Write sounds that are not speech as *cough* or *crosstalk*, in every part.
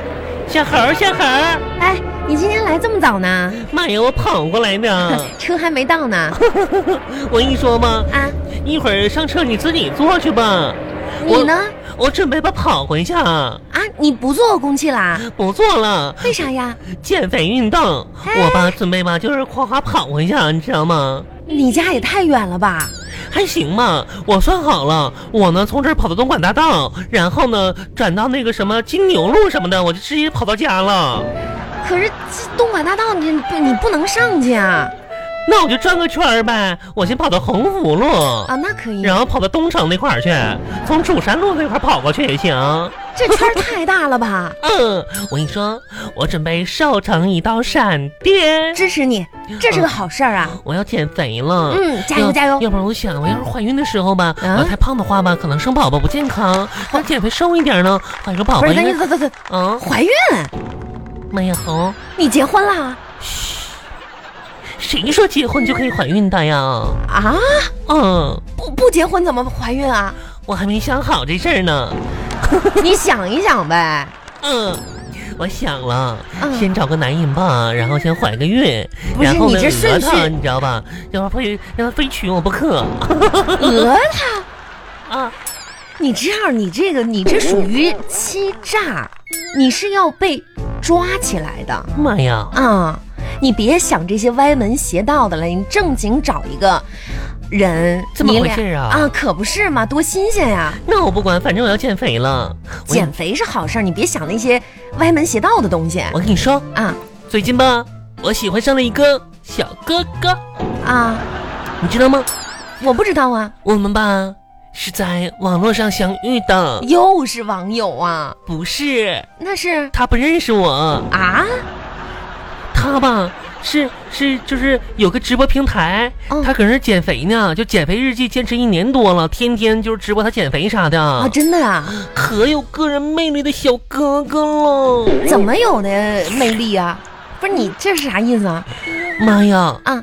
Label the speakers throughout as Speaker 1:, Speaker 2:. Speaker 1: 儿，小孩儿，
Speaker 2: 哎，你今天来这么早呢？
Speaker 1: 妈呀，我跑过来的。
Speaker 2: *laughs* 车还没
Speaker 1: *laughs*
Speaker 2: 到呢。
Speaker 1: 我跟你说嘛，
Speaker 2: 啊，
Speaker 1: 一会儿上车你自己坐去吧。
Speaker 2: 你呢？
Speaker 1: 我准备把跑回去，
Speaker 2: 啊，你不坐公汽啦？
Speaker 1: 不坐了，
Speaker 2: 为啥呀？
Speaker 1: 减肥运动。
Speaker 2: 哎
Speaker 1: 我吧准备吧就是夸夸跑回去，啊你知道吗？
Speaker 2: 你家也太远了吧？
Speaker 1: 还行吧，我算好了，我呢从这儿跑到东莞大道，然后呢转到那个什么金牛路什么的，我就直接跑到家了。
Speaker 2: 可是这东莞大道你不你不能上去啊？
Speaker 1: 那我就转个圈儿呗，我先跑到鸿福路，
Speaker 2: 啊，那可以。
Speaker 1: 然后跑到东城那块儿去，从主山路那块儿跑过去也行。
Speaker 2: 这圈儿太大了吧？
Speaker 1: 嗯，我跟你说，我准备瘦成一道闪电，
Speaker 2: 支持你，这是个好事儿啊！
Speaker 1: 我要减肥了。
Speaker 2: 嗯，加油
Speaker 1: 嗯要
Speaker 2: 加油！
Speaker 1: 要不然我想，我要是怀孕的时候吧，
Speaker 2: 啊
Speaker 1: 我太胖的话吧，可能生宝宝不健康；我减肥瘦一点呢，怀个宝
Speaker 2: 不
Speaker 1: 宝
Speaker 2: 是，
Speaker 1: 应
Speaker 2: 等
Speaker 1: 该
Speaker 2: 你走走走，
Speaker 1: 啊，
Speaker 2: 怀孕？
Speaker 1: 妈呀，好，
Speaker 2: 你结婚啦？
Speaker 1: 谁说结婚就可以怀孕的呀？
Speaker 2: 啊？
Speaker 1: 嗯，
Speaker 2: 不不结婚怎么怀
Speaker 1: *laughs*
Speaker 2: 孕啊？
Speaker 1: 我还没想好这事儿呢。
Speaker 2: 你想一想呗。
Speaker 1: 嗯，我想了，
Speaker 2: 嗯
Speaker 1: 先找个男人吧，然后先怀个孕，
Speaker 2: 不是
Speaker 1: 然后呢，
Speaker 2: 你这顺
Speaker 1: 讹他，
Speaker 2: 序
Speaker 1: 你知道吧？要不非要非娶我不可
Speaker 2: 讹他？
Speaker 1: 啊！
Speaker 2: 你这样，你这个，你这属于欺诈，你是要被抓起来的
Speaker 1: 妈呀，
Speaker 2: 啊！你别想这些歪门邪道的了，你正经找一个人，
Speaker 1: 这么
Speaker 2: 你
Speaker 1: 回
Speaker 2: 俩
Speaker 1: 事儿啊
Speaker 2: 啊，可不是嘛，多新鲜呀！
Speaker 1: 那我不管，反正我要减肥了。我跟
Speaker 2: 减肥是好事儿，你别想那些歪门邪道的东西
Speaker 1: 我跟你说，
Speaker 2: 啊
Speaker 1: 最近吧，我喜欢上了一个小哥哥，
Speaker 2: 啊！
Speaker 1: 你知道吗？
Speaker 2: 我不知道啊，
Speaker 1: 我们吧是在网络上相遇的，
Speaker 2: 又是网友啊，
Speaker 1: 不是
Speaker 2: 那是
Speaker 1: 他不认识我，
Speaker 2: 啊，
Speaker 1: 他吧是是就是有个直播平台，
Speaker 2: 嗯
Speaker 1: 他搁那儿减肥呢，就减肥日记坚持一年多了，天天就是直播他减肥啥的，
Speaker 2: 啊，真的啊，
Speaker 1: 可有个人魅力的小哥哥了。
Speaker 2: 怎么有的魅力啊？不是你这是啥意思啊？
Speaker 1: 妈呀，
Speaker 2: 啊，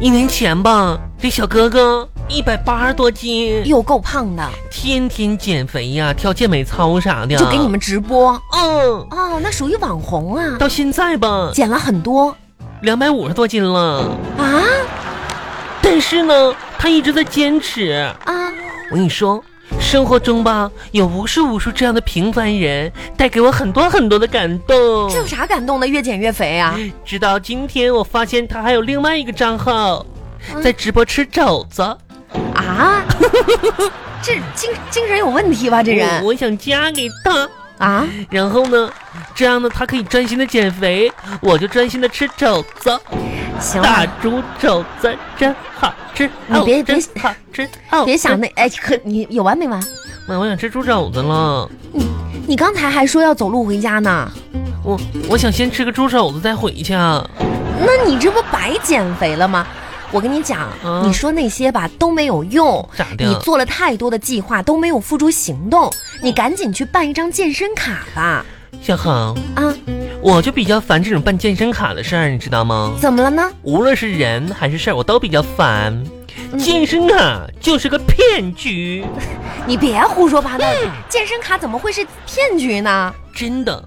Speaker 1: 一年前吧，这小哥哥一百八十多斤，
Speaker 2: 又够胖
Speaker 1: 啊
Speaker 2: 的，
Speaker 1: 天天减肥呀、跳健美操啥的，
Speaker 2: 就给你。们直播
Speaker 1: 嗯，
Speaker 2: 哦，那属于网红啊，
Speaker 1: 到现在吧，
Speaker 2: 减了很多
Speaker 1: 两百五十多斤了。
Speaker 2: 啊
Speaker 1: 但是呢，他一直在坚持。
Speaker 2: 啊！
Speaker 1: 我跟你说，生活中吧，有无数无数这样的平凡人，带给我很多很多的感动
Speaker 2: 这。有啥感动的？越减越肥啊！
Speaker 1: 直到今天，我发现他还有另外一个账号，
Speaker 2: 嗯
Speaker 1: 在直播吃肘子。 *laughs*
Speaker 2: 啊，这精精神有问题吧？这人
Speaker 1: 我我想嫁给他。
Speaker 2: 啊，
Speaker 1: 然后呢，这样呢，他可以专心的减肥，我就专心的吃肘
Speaker 2: 哦
Speaker 1: 子。
Speaker 2: 行
Speaker 1: 大
Speaker 2: 了，
Speaker 1: 猪肘子真好吃，
Speaker 2: 你别
Speaker 1: 哦真好吃，哦
Speaker 2: 别想
Speaker 1: 真
Speaker 2: 那
Speaker 1: *laughs*
Speaker 2: 哎，可你有完没完？
Speaker 1: 妈，我想吃猪肘子了，
Speaker 2: 你刚才还说要走路回家呢，
Speaker 1: 我我想先吃个猪肘子再回去啊。
Speaker 2: 那你这不白减肥了吗？我跟你讲，
Speaker 1: 嗯
Speaker 2: 你说那些吧都没有用，
Speaker 1: 咋的？
Speaker 2: 你做了太多的计划都没有付诸行动，你赶紧去办一张健身卡吧。
Speaker 1: 小恒，
Speaker 2: 啊，
Speaker 1: 我就比较烦这种办健身卡的事儿，你知道吗？
Speaker 2: 怎么了呢？
Speaker 1: 无论是人还是事儿，我都比较烦。
Speaker 2: 嗯
Speaker 1: 健身卡就是个骗
Speaker 2: *laughs*
Speaker 1: 局，
Speaker 2: 你别胡说八道，健身卡怎么会是骗局呢？
Speaker 1: 真的。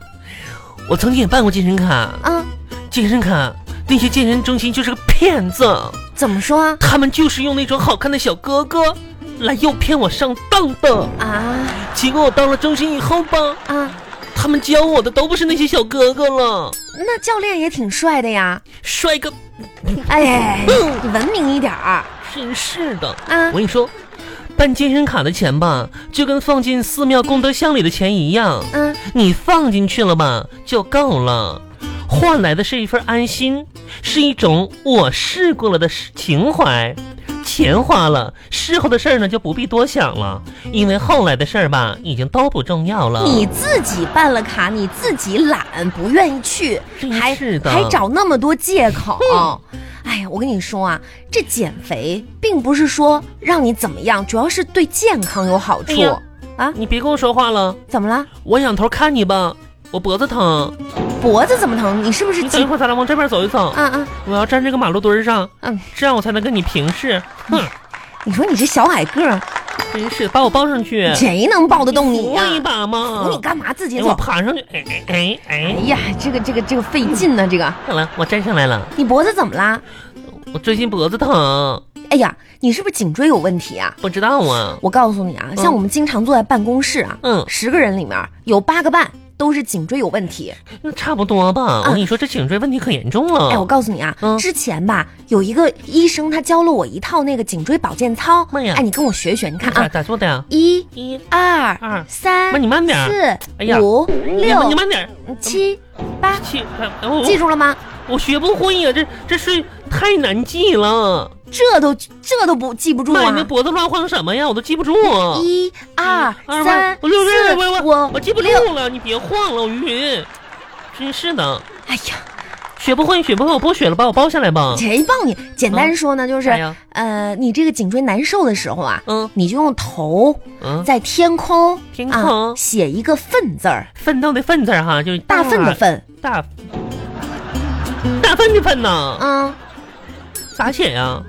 Speaker 1: 我曾经也办过健身卡，
Speaker 2: 啊，
Speaker 1: 健身卡那些健身中心就是个骗子，
Speaker 2: 怎么说啊？
Speaker 1: 他们就是用那种好看的小哥哥来诱骗我上当的。
Speaker 2: 啊
Speaker 1: 结果我到了中心以后吧，
Speaker 2: 啊，
Speaker 1: 他们教我的都不是那些小哥哥了，
Speaker 2: 那教练也挺帅的呀。
Speaker 1: 帅哥，
Speaker 2: 哎，你文明一点儿
Speaker 1: 真是的。
Speaker 2: 啊
Speaker 1: 我。跟你说，办健身卡的钱吧，就跟放进寺庙功德箱里的钱一样，
Speaker 2: 嗯，
Speaker 1: 你放进去了吧就够了，换来的是一份安心，是一种我试过了的情怀。钱花了，事后的事儿呢就不必多想了，因为后来的事儿吧已经都不重要了。
Speaker 2: 你自己办了卡，你自己懒，不愿意去，
Speaker 1: 真
Speaker 2: 还
Speaker 1: 是的
Speaker 2: 还找那么多借口。哎呀，我跟你说啊，这减肥并不是说让你怎么样，主要是对健康有好
Speaker 1: 哎
Speaker 2: 处。
Speaker 1: 呀
Speaker 2: 啊，
Speaker 1: 你别跟我说话了，
Speaker 2: 怎么了？
Speaker 1: 我仰头看你吧，我脖子疼。
Speaker 2: 脖子怎么疼？你是不是
Speaker 1: 你等一
Speaker 2: 紧？
Speaker 1: 会儿，咱俩往这边走一走。
Speaker 2: 啊啊，
Speaker 1: 我要站这个马路墩儿上，
Speaker 2: 嗯，
Speaker 1: 这样我才能跟你平视。哼，
Speaker 2: 你说你这小矮个儿，
Speaker 1: 真是把我抱上去， *laughs*
Speaker 2: 谁能抱得动你
Speaker 1: 扶
Speaker 2: 呀、
Speaker 1: 我一把嘛！
Speaker 2: 你干嘛自己
Speaker 1: 哎我
Speaker 2: 走？
Speaker 1: 爬上去，哎哎哎
Speaker 2: 哎
Speaker 1: 哎！
Speaker 2: 呀，这个这个这个费劲呢、这个
Speaker 1: 好了，我站上来了，
Speaker 2: 你脖子怎么啦？
Speaker 1: 我最近脖子疼，
Speaker 2: 哎呀，你是不是颈椎有问题啊？
Speaker 1: 不知道啊。
Speaker 2: 我告诉你啊，像我们经常坐在办公室啊，
Speaker 1: 嗯
Speaker 2: 十个人里面有八个半都是颈椎有问题。
Speaker 1: 那差不多吧。我跟你说，这颈椎问题可严重了。
Speaker 2: 哎，我告诉你啊，
Speaker 1: 嗯
Speaker 2: 之前吧有一个医生他教了我一套那个颈椎保健操，
Speaker 1: 妈呀
Speaker 2: 哎，你跟我学一学，你看
Speaker 1: 咋
Speaker 2: 啊，
Speaker 1: 咋做的呀？
Speaker 2: 一、
Speaker 1: 一，
Speaker 2: 二、
Speaker 1: 二
Speaker 2: 三，
Speaker 1: 妈你慢点儿哎呀
Speaker 2: 四、五、
Speaker 1: 你慢你
Speaker 2: 六、
Speaker 1: 慢点儿，
Speaker 2: 七、八，
Speaker 1: 去，哎哎我
Speaker 2: 记住了吗？
Speaker 1: 我学不会呀，这这是太难记了。
Speaker 2: 这都这都不记不住
Speaker 1: 妈，你
Speaker 2: 啊
Speaker 1: 那！脖子乱晃什么呀？我都记不住。
Speaker 2: 一、二、
Speaker 1: 二
Speaker 2: 三、
Speaker 1: 我六六我
Speaker 2: 四、
Speaker 1: 我
Speaker 2: 五
Speaker 1: 我，记不
Speaker 2: 六
Speaker 1: 住了，你别晃了，我晕。真是的，
Speaker 2: 哎呀，
Speaker 1: 学不会学不会，我不学了，把我包下来吧。
Speaker 2: 谁帮你？简单说呢，就是
Speaker 1: 啥呀
Speaker 2: 呃，你这个颈椎难受的时候啊，
Speaker 1: 嗯
Speaker 2: 你就用头
Speaker 1: 嗯，
Speaker 2: 在天空
Speaker 1: 天空
Speaker 2: 啊、写一个“奋”字儿，
Speaker 1: 奋斗的奋字儿哈，就是
Speaker 2: 大粪的粪
Speaker 1: 大 *laughs* 大粪的粪呐，
Speaker 2: 啊，
Speaker 1: 咋写呀？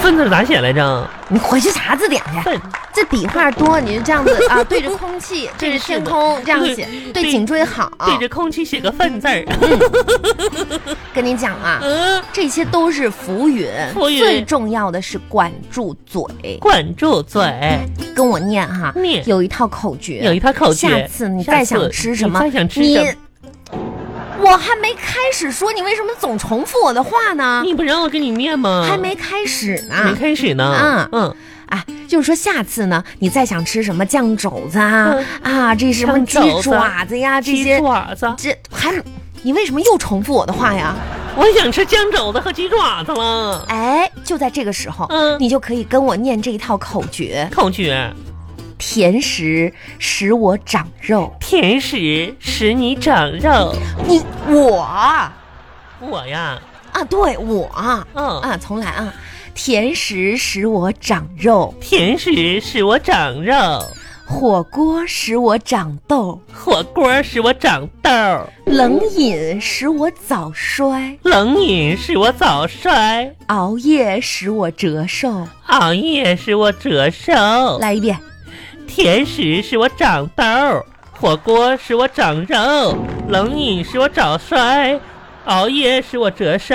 Speaker 1: 粪字儿咋写来着？
Speaker 2: 你回去查字典去。
Speaker 1: 粪
Speaker 2: 这笔画多，你就这样子啊，对着空气，对着天空这样写，
Speaker 1: 对
Speaker 2: 对颈椎好。
Speaker 1: 对着空气写个粪字儿。 *laughs*
Speaker 2: 跟你讲啊，
Speaker 1: 嗯，
Speaker 2: 这些都是浮云，
Speaker 1: 浮云
Speaker 2: 最重要的是管住嘴。
Speaker 1: 管住嘴。
Speaker 2: 跟我念哈，
Speaker 1: 念
Speaker 2: 有一套口诀，
Speaker 1: 有一套口诀
Speaker 2: 下次你
Speaker 1: 下
Speaker 2: 再
Speaker 1: 次
Speaker 2: 想吃什么，
Speaker 1: 你再想吃
Speaker 2: 你
Speaker 1: 什么
Speaker 2: 我还没开始说，你为什么总重复我的话呢？
Speaker 1: 你不让我给你念吗？
Speaker 2: 还没开始呢，
Speaker 1: 嗯没开始呢
Speaker 2: 啊。
Speaker 1: 嗯，
Speaker 2: 哎，就是说下次呢，你再想吃什么酱肘子啊、啊，这什么鸡
Speaker 1: 嗯酱肘子啊
Speaker 2: 爪子呀，这
Speaker 1: 鸡
Speaker 2: 些
Speaker 1: 爪子，
Speaker 2: 这还，你为什么又重复我的话呀？
Speaker 1: 我想吃酱肘子和鸡爪子了。
Speaker 2: 哎，就在这个时候，
Speaker 1: 嗯
Speaker 2: 你就可以跟我念这一套口诀：
Speaker 1: 口诀：
Speaker 2: 甜食使我长肉。
Speaker 1: 甜食使你长肉。
Speaker 2: 你我啊，
Speaker 1: 我呀，
Speaker 2: 对我啊，
Speaker 1: 嗯，
Speaker 2: 啊，重来啊，甜食使我长肉，
Speaker 1: 甜食使我长肉，
Speaker 2: 火锅使我长痘，
Speaker 1: 火锅使我长痘儿，
Speaker 2: 冷饮使我早衰。
Speaker 1: 冷饮使我早衰，
Speaker 2: 熬夜使我折寿。
Speaker 1: 熬夜使我折寿。
Speaker 2: 来一遍，
Speaker 1: 甜食使我长痘儿，火锅使我长肉，冷饮使我早衰，熬夜使我折寿。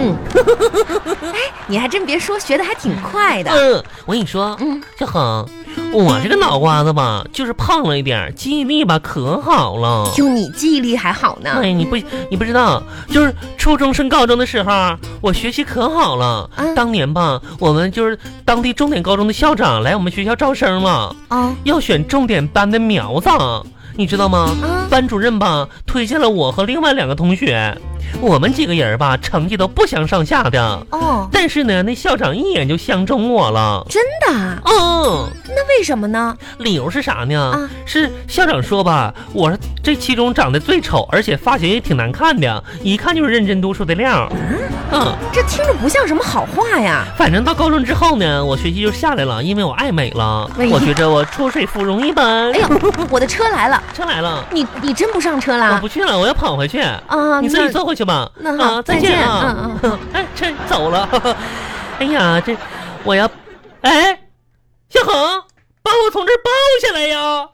Speaker 2: 嗯， *laughs* 哎，你还真别说，学的还挺快的。
Speaker 1: 嗯，我跟你说，
Speaker 2: 嗯，
Speaker 1: 小恒，我这个脑瓜子吧，就是胖了一点儿，记忆力吧可好了。
Speaker 2: 就你记忆力还好呢。
Speaker 1: 哎，你不你不知道，就是初中升高中的时候，啊我学习可好了。
Speaker 2: 嗯
Speaker 1: 当年吧，我们就是当地重点高中的校长来我们学校招生了，
Speaker 2: 啊
Speaker 1: 要选重点班的苗子，你知道吗？
Speaker 2: 啊，
Speaker 1: 班主任吧推荐了我和另外两个同学，我们几个人吧成绩都不相上下的，
Speaker 2: 哦，
Speaker 1: 但是呢，那校长一眼就相中我了。
Speaker 2: 真的啊？
Speaker 1: 嗯，
Speaker 2: 那为什么呢？
Speaker 1: 理由是啥呢？
Speaker 2: 啊
Speaker 1: 是校长说吧，我是这其中长得最丑，而且发型也挺难看的，一看就是认真读书的
Speaker 2: 啊
Speaker 1: 料。嗯，
Speaker 2: 这听着不像什么好话呀。
Speaker 1: 反正到高中之后呢，我学习就下来了，因为我爱美了。
Speaker 2: 哎呀
Speaker 1: 我觉着我出水芙蓉一般。
Speaker 2: 哎呦，我的车来了，
Speaker 1: 车来了，
Speaker 2: 你你真不上车
Speaker 1: 我
Speaker 2: 啦？
Speaker 1: 不去了，我要跑回去。
Speaker 2: 啊，
Speaker 1: 你自己
Speaker 2: 那
Speaker 1: 坐回去吧。
Speaker 2: 那好
Speaker 1: 啊，再见啊！
Speaker 2: 嗯
Speaker 1: *laughs*
Speaker 2: 再嗯
Speaker 1: 哎，这走了。 *laughs* 哎呀，这我要，哎，小恒，把我从这儿抱下来呀！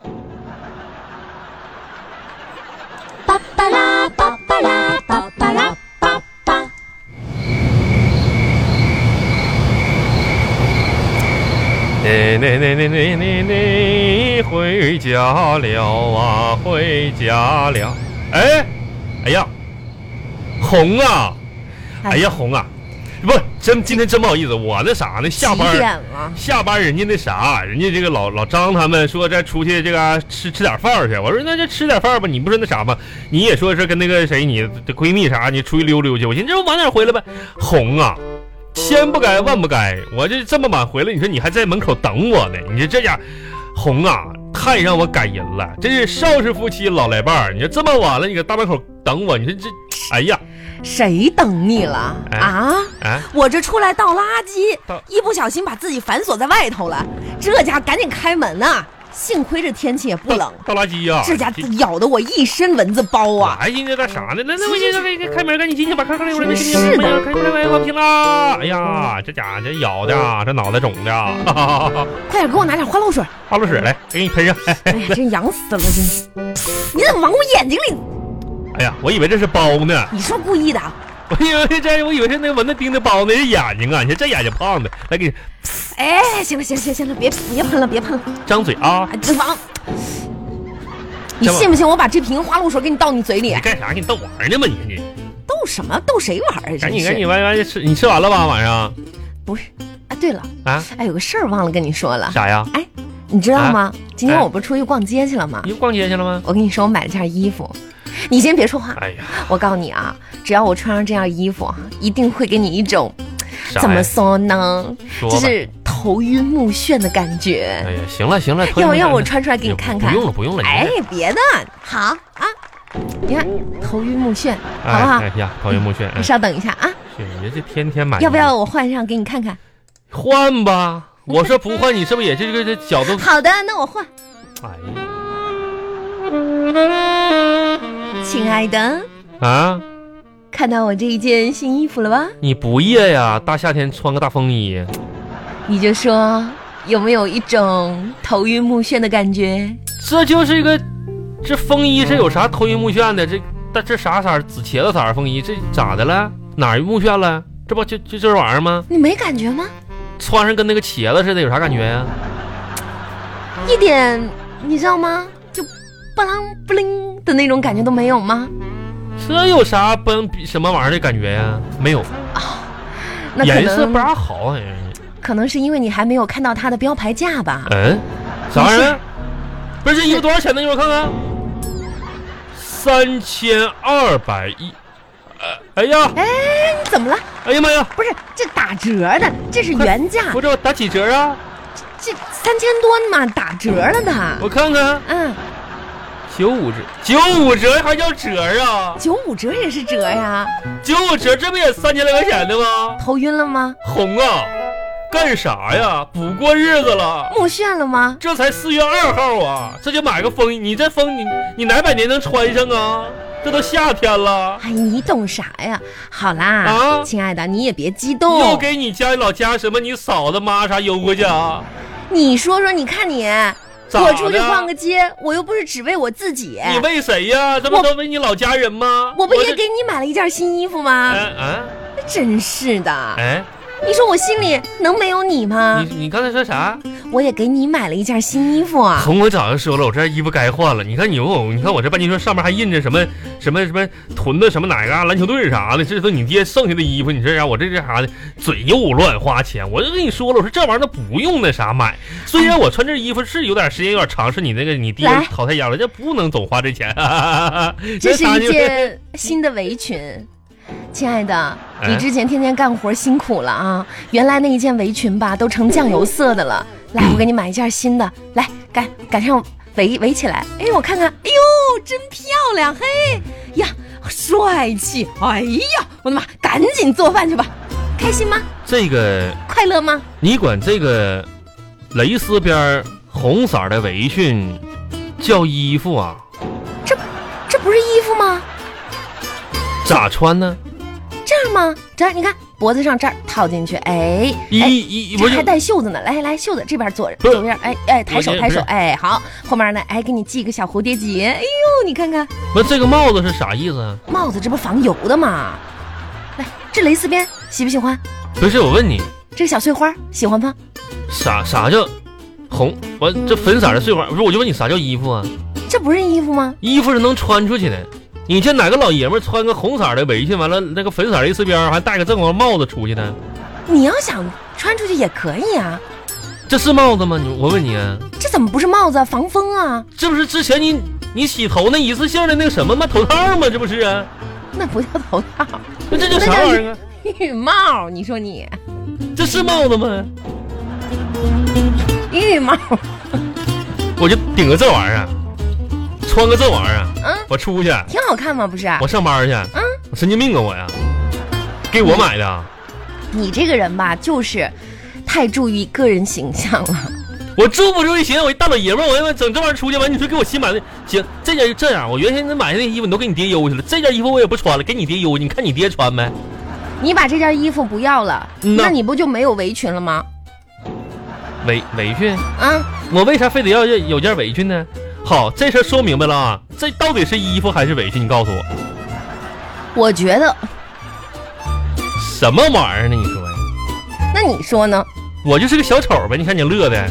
Speaker 3: 巴巴拉巴巴拉巴巴拉巴巴。
Speaker 4: 你你你你你你你回家了啊，回家了。哎，哎呀，红啊，
Speaker 2: 哎
Speaker 4: 哎呀红啊，不，真今天真不好意思，我那啥呢，下班
Speaker 2: 几
Speaker 4: 儿
Speaker 2: 点了？
Speaker 4: 下班人家那啥，人家这个老老张他们说再出去这个啊吃吃点饭去，我说那就吃点饭吧，你不是那啥吗？你也说是跟那个谁你的闺蜜啥，你出去溜溜去，我寻思这不晚点回来呗。红啊，千不该万不该，我这这么晚回来，你说你还在门口等我呢，你说这家红啊，太让我感人了，真是少是夫妻老来伴儿。你说这么晚了，你搁大门口等我，你说这，哎呀，
Speaker 2: 谁等你了
Speaker 4: 哎
Speaker 2: 啊？
Speaker 4: 哎，
Speaker 2: 我这出来倒垃圾
Speaker 4: 倒，
Speaker 2: 一不小心把自己反锁在外头了。这家赶紧开门呐、幸亏这天气也不冷，
Speaker 4: 倒垃圾啊呀、
Speaker 2: 这家咬得我一身蚊子包啊！
Speaker 4: 还寻思干啥呢？那那我寻思那个开门赶紧进去吧，快快快，我这边进去
Speaker 2: 是的
Speaker 4: 哎呀开门开门，我平啦！哎呀，这家伙这咬的啊，这脑袋肿的啊，哈哈哈哈
Speaker 2: 快点给我拿点花露水！
Speaker 4: 花露水来，给你喷上。
Speaker 2: 哎呀，真痒死了！我真是，
Speaker 4: *laughs*
Speaker 2: 你怎么往我眼睛里？
Speaker 4: 哎呀，我以为这是包呢，
Speaker 2: 你是不是故意的啊？
Speaker 4: 我以为这我以为是那蚊子叮的包呢，是眼睛啊，你看这眼睛胖的，来给你
Speaker 2: 哎，行了行了行了行了，别别喷了别喷了，
Speaker 4: 张嘴啊！
Speaker 2: 哎，这王，你
Speaker 4: 这么
Speaker 2: 信不信我把这瓶花露水给你倒你嘴里
Speaker 4: 你？干啥？给你逗玩呢吗？你看你，
Speaker 2: 逗什么逗谁玩儿啊？
Speaker 4: 赶
Speaker 2: 真
Speaker 4: 紧赶紧
Speaker 2: 是
Speaker 4: 完完吃，你吃完了吧？晚上
Speaker 2: 不是？哎，对了，
Speaker 4: 啊？
Speaker 2: 哎，有个事儿忘了跟你说了，
Speaker 4: 啥呀？
Speaker 2: 你知道
Speaker 4: 啊
Speaker 2: 吗？今天
Speaker 4: 哎
Speaker 2: 我不是出去逛街去了吗？
Speaker 4: 你逛街去了吗？
Speaker 2: 我跟你说，我买了件衣服，你先别说话，
Speaker 4: 哎呀，
Speaker 2: 我告诉你啊，只要我穿上这件衣服，一定会给你一种
Speaker 4: 啥
Speaker 2: 怎么
Speaker 4: 呀？
Speaker 2: 说呢，
Speaker 4: 说
Speaker 2: 就
Speaker 4: 吧。
Speaker 2: 是头晕目眩的感觉。
Speaker 4: 哎呀，行了行了，脱
Speaker 2: 要
Speaker 4: 衣服
Speaker 2: 要
Speaker 4: 了
Speaker 2: 我穿出来给你看看
Speaker 4: 哎不？用了不用了，你看
Speaker 2: 哎，别的好啊，你看头晕目眩，好不好？
Speaker 4: 哎哎呀，讨厌木屑，哎
Speaker 2: 你稍等一下啊，
Speaker 4: 是你哎这天天买，
Speaker 2: 要不要我换上给你看看？
Speaker 4: 换吧？我说不换，你是不是也是这个这脚都？
Speaker 2: 好的，那我换。
Speaker 4: 哎呀
Speaker 2: 亲爱的，
Speaker 4: 啊！
Speaker 2: 看到我这一件新衣服了吧？
Speaker 4: 你不热呀？大夏天穿个大风衣，
Speaker 2: 你就说有没有一种头晕目眩的感觉？
Speaker 4: 这就是一个，这风衣这有啥头晕目眩的？这但这啥色儿？紫茄子色儿风衣，这咋的了？哪儿目眩了？这不就就这玩意儿吗？
Speaker 2: 你没感觉吗？
Speaker 4: 穿上跟那个茄子似的，有啥感觉呀、
Speaker 2: 一点你知道吗？就不啷不灵的那种感觉都没有吗？
Speaker 4: 这有啥奔什么玩意儿的感觉呀、没有，
Speaker 2: 那可
Speaker 4: 颜色不
Speaker 2: 能
Speaker 4: 咋好，好哎像是。
Speaker 2: 可能是因为你还没有看到它的标牌价吧？
Speaker 4: 嗯，啥人？不是这衣服多少钱呢？一会儿看看，三千二百一。呃哎呀，
Speaker 2: 你怎么了？
Speaker 4: 哎呀妈呀！
Speaker 2: 不是这打折的，这是原价
Speaker 4: 不，知道打几折啊？
Speaker 2: 这三千多嘛，打折了的。
Speaker 4: 我看看，
Speaker 2: 嗯，
Speaker 4: 九五折，九五折还叫折啊？
Speaker 2: 九五折也是折呀。
Speaker 4: 九五折这不也三千来块钱的吗？
Speaker 2: 头晕了吗？
Speaker 4: 红啊，干啥呀？不过日子了。
Speaker 2: 目眩了吗？
Speaker 4: 这才四月二号啊，这就买个风衣，你这风你你哪百年能穿上啊？这都夏天了。
Speaker 2: 哎，你懂啥呀？好啦，
Speaker 4: 啊
Speaker 2: 亲爱的，你也别激
Speaker 4: 又
Speaker 2: 动。
Speaker 4: 给你家老家什么你嫂子妈啥邮过去啊？
Speaker 2: 你说说，你看你，
Speaker 4: 咋
Speaker 2: 我出去
Speaker 4: 的
Speaker 2: 逛个街，我又不是只为我自己。
Speaker 4: 你为谁呀？这不
Speaker 2: 哎我
Speaker 4: 都为你老家人吗？
Speaker 2: 我不也
Speaker 4: 这
Speaker 2: 给你买了一件新衣服吗？
Speaker 4: 哎哎
Speaker 2: 真是的，
Speaker 4: 哎，
Speaker 2: 你说我心里能没有你吗？
Speaker 4: 你你刚才说啥？
Speaker 2: 我也给你买了一件新衣服啊！
Speaker 4: 红，我早就说了，我这衣服该换了。你看你我，你看我这半截袖上面还印着什么什么什么屯子什么哪个啊篮球队啥的，这都你爹剩下的衣服。你这家伙我这这啥的，嘴又乱花钱。我就跟你说了，我说这玩意儿它不用那啥买。虽然我穿这衣服是有点时间有点长，是你那个你爹
Speaker 2: 来
Speaker 4: 淘汰家了，这不能总花这钱。 *laughs*
Speaker 2: 这是
Speaker 4: 啥
Speaker 2: 一
Speaker 4: 就
Speaker 2: 件新的围裙，亲爱的，
Speaker 4: 哎
Speaker 2: 你之前天天干活辛苦了啊！原来那一件围裙吧都成酱油色的了，来，我给你买一件新的，来赶赶上围围起来。哎，我看看，哎呦，真漂亮！嘿呀，帅气！哎呀，我的妈！赶紧做饭去吧，开心吗？
Speaker 4: 这个
Speaker 2: 快乐吗？
Speaker 4: 你管这个蕾丝边儿红色儿的围裙叫衣服啊？
Speaker 2: 这不是衣服吗？
Speaker 4: 咋穿呢？
Speaker 2: 这样吗？这样你看脖子上这儿套进去，哎，
Speaker 4: 一
Speaker 2: 哎
Speaker 4: 一
Speaker 2: 这
Speaker 4: 不
Speaker 2: 还
Speaker 4: 是
Speaker 2: 带袖子呢，来来，袖子这边左
Speaker 4: 不是
Speaker 2: 左边，哎哎，抬手
Speaker 4: 我这
Speaker 2: 抬手，
Speaker 4: 不是
Speaker 2: 哎好，后面呢，哎给你系个小蝴蝶结，哎呦，你看看
Speaker 4: 不是这个帽子是啥意思啊？
Speaker 2: 帽子这不防油的吗？来，这蕾丝边喜不喜欢？
Speaker 4: 不是我问你，
Speaker 2: 这个小碎花喜欢吗？
Speaker 4: 啥啥叫红？完这粉色儿的碎花不是？我就问你啥叫衣服啊？
Speaker 2: 这不是衣服吗？
Speaker 4: 衣服是能穿出去的。你见哪个老爷们儿穿个红色儿的围裙，完了那个粉色儿蕾丝边儿，还戴个正黄帽子出去呢？
Speaker 2: 你要想穿出去也可以啊，
Speaker 4: 这是帽子吗？你我问你、啊，
Speaker 2: 这怎么不是帽子啊？防风啊？
Speaker 4: 这不是之前你你洗头那一次性的那个什么吗？头套吗？这不是啊？
Speaker 2: 那不叫头套，
Speaker 4: 那这叫啥玩意儿啊？
Speaker 2: 浴帽，你说你
Speaker 4: 这是帽子吗？
Speaker 2: 浴帽，
Speaker 4: 我就顶个这玩意儿，啊穿个这玩意儿，啊
Speaker 2: 嗯，
Speaker 4: 我出去，
Speaker 2: 挺好看吗？不是？啊
Speaker 4: 我上班去，嗯，神经病啊我呀，给我买的啊，
Speaker 2: 你这个人吧，就是太注意个人形象了。
Speaker 4: 我住不住一寻思，我一大老爷们儿，我他妈整这玩意儿出去完，你说给我新买的，行，这件就这样，我原先那买的那衣服你都给你爹邮去了，这件衣服我也不穿了，给你爹邮去，你看你爹穿呗。
Speaker 2: 你把这件衣服不要了，
Speaker 4: 嗯呐
Speaker 2: 那你不就没有围裙了吗？
Speaker 4: 委委屈，
Speaker 2: 啊，
Speaker 4: 我为啥非得要有有件围裙呢？好，这事儿说明白了啊，这到底是衣服还是围裙？你告诉我，
Speaker 2: 我觉得，
Speaker 4: 什么玩意儿呢？你说呀？
Speaker 2: 那你说呢？
Speaker 4: 我就是个小丑呗，你看你乐的，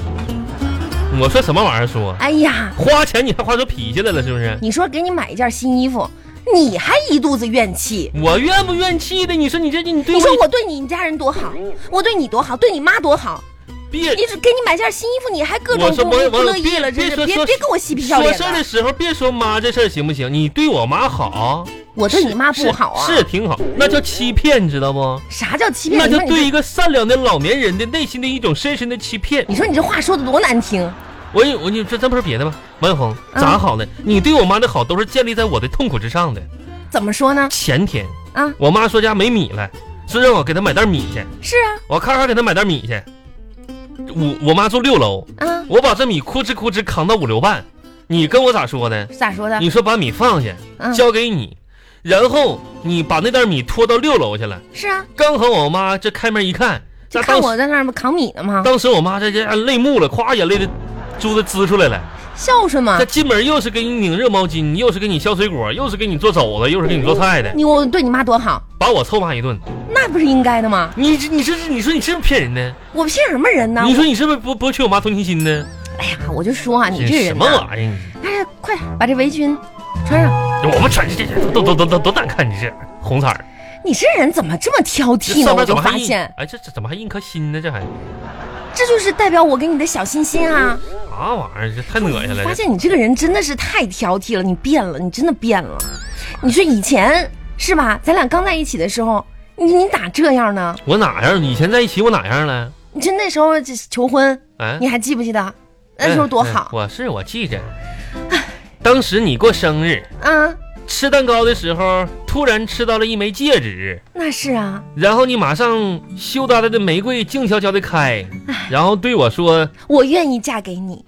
Speaker 4: 我说什么玩意儿说？
Speaker 2: 哎呀，
Speaker 4: 花钱你还花出脾气来了是不是？
Speaker 2: 你说给你买一件新衣服，你还一肚子怨气。
Speaker 4: 我怨不怨气的？你说你这你对
Speaker 2: 你
Speaker 4: 我
Speaker 2: 说我对你家人多好，我对你多好，对你妈多好，
Speaker 4: 别
Speaker 2: 你只给你买件新衣服，你还各种
Speaker 4: 我说
Speaker 2: 不
Speaker 4: 王
Speaker 2: 不
Speaker 4: 王
Speaker 2: 乐意
Speaker 4: 别
Speaker 2: 了，真
Speaker 4: 别
Speaker 2: 是
Speaker 4: 说
Speaker 2: 别
Speaker 4: 说
Speaker 2: 别跟我嬉皮笑
Speaker 4: 说
Speaker 2: 脸啊
Speaker 4: 事儿
Speaker 2: 了
Speaker 4: 的。时候别说妈这事儿行不行？你对我妈好，
Speaker 2: 我对你妈不
Speaker 4: 是
Speaker 2: 好啊？
Speaker 4: 是挺好，那叫欺骗，你知道不？
Speaker 2: 啥叫欺骗？
Speaker 4: 那
Speaker 2: 你
Speaker 4: 就
Speaker 2: 说你
Speaker 4: 对
Speaker 2: 这，
Speaker 4: 一个善良的老年人的内心的一种深深的欺骗。
Speaker 2: 你说你这话说的多难听。
Speaker 4: 我也我你这这不是别的吗？王小红，
Speaker 2: 嗯
Speaker 4: 咋好呢？你对我妈的好都是建立在我的痛苦之上的。
Speaker 2: 怎么说呢？
Speaker 4: 前天
Speaker 2: 啊，
Speaker 4: 我妈说家没米了，说让我给她买袋米去，
Speaker 2: 是啊，
Speaker 4: 我咔咔给她买袋米去。我我妈住六楼，
Speaker 2: 啊，
Speaker 4: 我把这米哭哧哭哧扛到五六半，你跟我咋说呢？
Speaker 2: 咋说的？
Speaker 4: 你说把米放下，
Speaker 2: 嗯，
Speaker 4: 交给你，然后你把那袋米拖到六楼去了。
Speaker 2: 是啊，
Speaker 4: 刚好我妈这开门一看，
Speaker 2: 就
Speaker 4: 那
Speaker 2: 看
Speaker 4: 当时
Speaker 2: 我在那儿扛米呢嘛，
Speaker 4: 当时我妈这这泪目了，咵眼泪的珠子滋出来了。
Speaker 2: 孝顺嘛
Speaker 4: 她。进门又是给你拧热毛巾，又是给你削水果，又是给你做肘子，又是给你做菜的，
Speaker 2: 你我对你妈多好，
Speaker 4: 把我臭骂一顿。
Speaker 2: 那不是应该的吗？
Speaker 4: 你这你这你说你是不是骗人呢？
Speaker 2: 啊我骗什么人呢？
Speaker 4: 你说你是不是不不缺我妈同情心呢？
Speaker 2: 哎呀，我就说啊，你这
Speaker 4: 什
Speaker 2: 人
Speaker 4: 么
Speaker 2: 呐，
Speaker 4: 玩意儿？
Speaker 2: 哎呀，快点把这围裙穿上。
Speaker 4: 你我们穿这这这多多多多多难看，你这红色儿。
Speaker 2: 你这人怎么这么挑
Speaker 4: 这
Speaker 2: 剔呢？
Speaker 4: 上
Speaker 2: 我
Speaker 4: 面
Speaker 2: 就
Speaker 4: 怎么
Speaker 2: 发
Speaker 4: 还印
Speaker 2: 现，？
Speaker 4: 哎，这这怎么还印颗心呢？这还
Speaker 2: 这就是代表我给你的小心心啊！
Speaker 4: 啥玩意儿？这太恶心了
Speaker 2: 发。现你这个人真的是太挑剔了，你变了，你真的变了。你说以前是吧？咱俩刚在一起的时候，你你咋这样呢？
Speaker 4: 我哪样？以前在一起我哪样了？
Speaker 2: 你说那时候这求婚，
Speaker 4: 哎，
Speaker 2: 你还记不记得？那时候多
Speaker 4: 哎哎
Speaker 2: 好
Speaker 4: 我是我记着，当时你过生日，
Speaker 2: 啊！
Speaker 4: 吃蛋糕的时候，突然吃到了一枚戒指，
Speaker 2: 那是啊，
Speaker 4: 然后你马上羞答答的玫瑰静悄悄的开，然后对我说
Speaker 2: 我愿意嫁给你，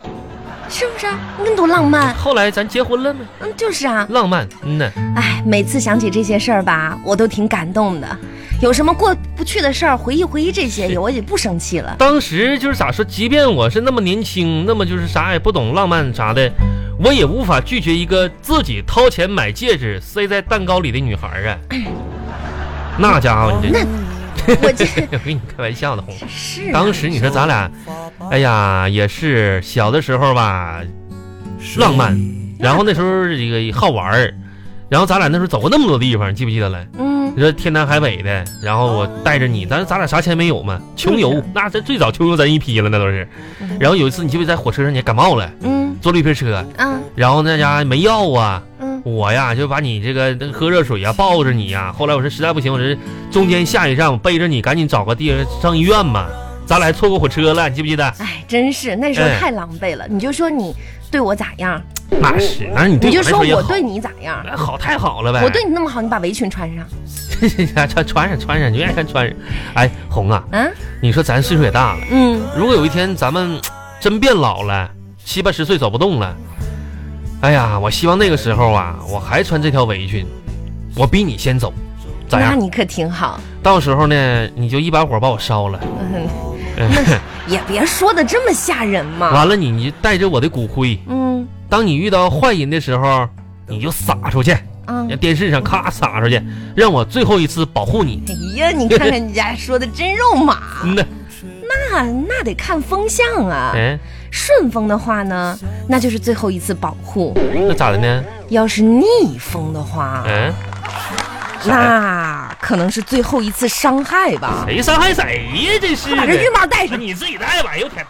Speaker 2: 是不是啊？你看多浪：“漫，
Speaker 4: 后来咱结婚了吗
Speaker 2: 嗯，就是啊？”。
Speaker 4: 浪漫，嗯呐，
Speaker 2: 哎，每次想起这些事儿吧，我都挺感动的。有什么过不去的事儿，回忆回忆这些，
Speaker 4: 是
Speaker 2: 我也不生气
Speaker 4: *laughs*
Speaker 2: 了。
Speaker 4: 当时就是咋说，即便我是那么年轻，那么就是啥也不懂，浪漫啥的，我也无法拒绝一个自己掏钱买戒指塞在蛋糕里的女孩
Speaker 2: *coughs*
Speaker 4: 儿啊。那家伙，你这，
Speaker 2: 我这
Speaker 4: *laughs* 我跟你开玩笑呢，红。
Speaker 2: 哦是、啊、
Speaker 4: 当时你说咱俩，哎呀，也是小的时候吧，浪漫，然后那时候这个好玩儿，然后咱俩那时候走过那么多地方，你记不记得了？
Speaker 2: 嗯，
Speaker 4: 你说天南海北的，然后我带着你，咱咱俩啥钱没有嘛？穷游，那这最早穷游咱一批了，那都是。然后有一次，你记不记得在火车上你感冒了，
Speaker 2: 嗯
Speaker 4: 坐绿皮车，
Speaker 2: 啊
Speaker 4: 然后那家没药啊，
Speaker 2: 嗯
Speaker 4: 我呀就把你这个喝热水啊，抱着你呀、后来我说实在不行，我这中间下一站我背着你，赶紧找个地方上医院吧。咱俩还错过火车了，你记不记得？
Speaker 2: 哎，真是那时候
Speaker 4: 哎
Speaker 2: 太狼狈了。你就说你对我咋样，
Speaker 4: 那是，那你
Speaker 2: 你
Speaker 4: 对
Speaker 2: 就
Speaker 4: 我来
Speaker 2: 说
Speaker 4: 也
Speaker 2: 我
Speaker 4: 好，
Speaker 2: 对你咋样。
Speaker 4: 哎好太好了呗。
Speaker 2: 我对你那么好，你把围裙穿上，
Speaker 4: 你 *laughs* 穿穿上穿上，你愿意穿穿上。哎，红啊，
Speaker 2: 啊，
Speaker 4: 你说咱岁数也大了，
Speaker 2: 嗯，
Speaker 4: 如果有一天咱们真变老了，七八十岁走不动了，哎呀，我希望那个时候啊，我还穿这条围裙，我比你先走，咋
Speaker 2: 那
Speaker 4: 样？
Speaker 2: 你可挺好，
Speaker 4: 到时候呢，你就一把火把我烧了。
Speaker 2: 嗯，
Speaker 4: 哎
Speaker 2: *laughs* 也别说的这么吓人
Speaker 4: *laughs*
Speaker 2: 嘛，
Speaker 4: 完了你，你带着我的骨灰，
Speaker 2: 嗯
Speaker 4: 当你遇到坏人的时候，你就撒出去，
Speaker 2: 啊，
Speaker 4: 让电视上咔撒出去，让我最后一次保护你。
Speaker 2: 哎呀，你看看你家说的真肉麻，
Speaker 4: 嗯呐，
Speaker 2: 那那得看风向啊，
Speaker 4: 哎，
Speaker 2: 顺风的话呢，那就是最后一次保护；
Speaker 4: 那咋的呢？
Speaker 2: 要是逆风的话，
Speaker 4: 嗯，
Speaker 2: 那可能是最后一次伤害吧。
Speaker 4: 哎谁伤害谁呀？这是
Speaker 2: 把这浴
Speaker 4: 的，
Speaker 2: 帽戴上，
Speaker 4: 你自己带吧。哎呦我天，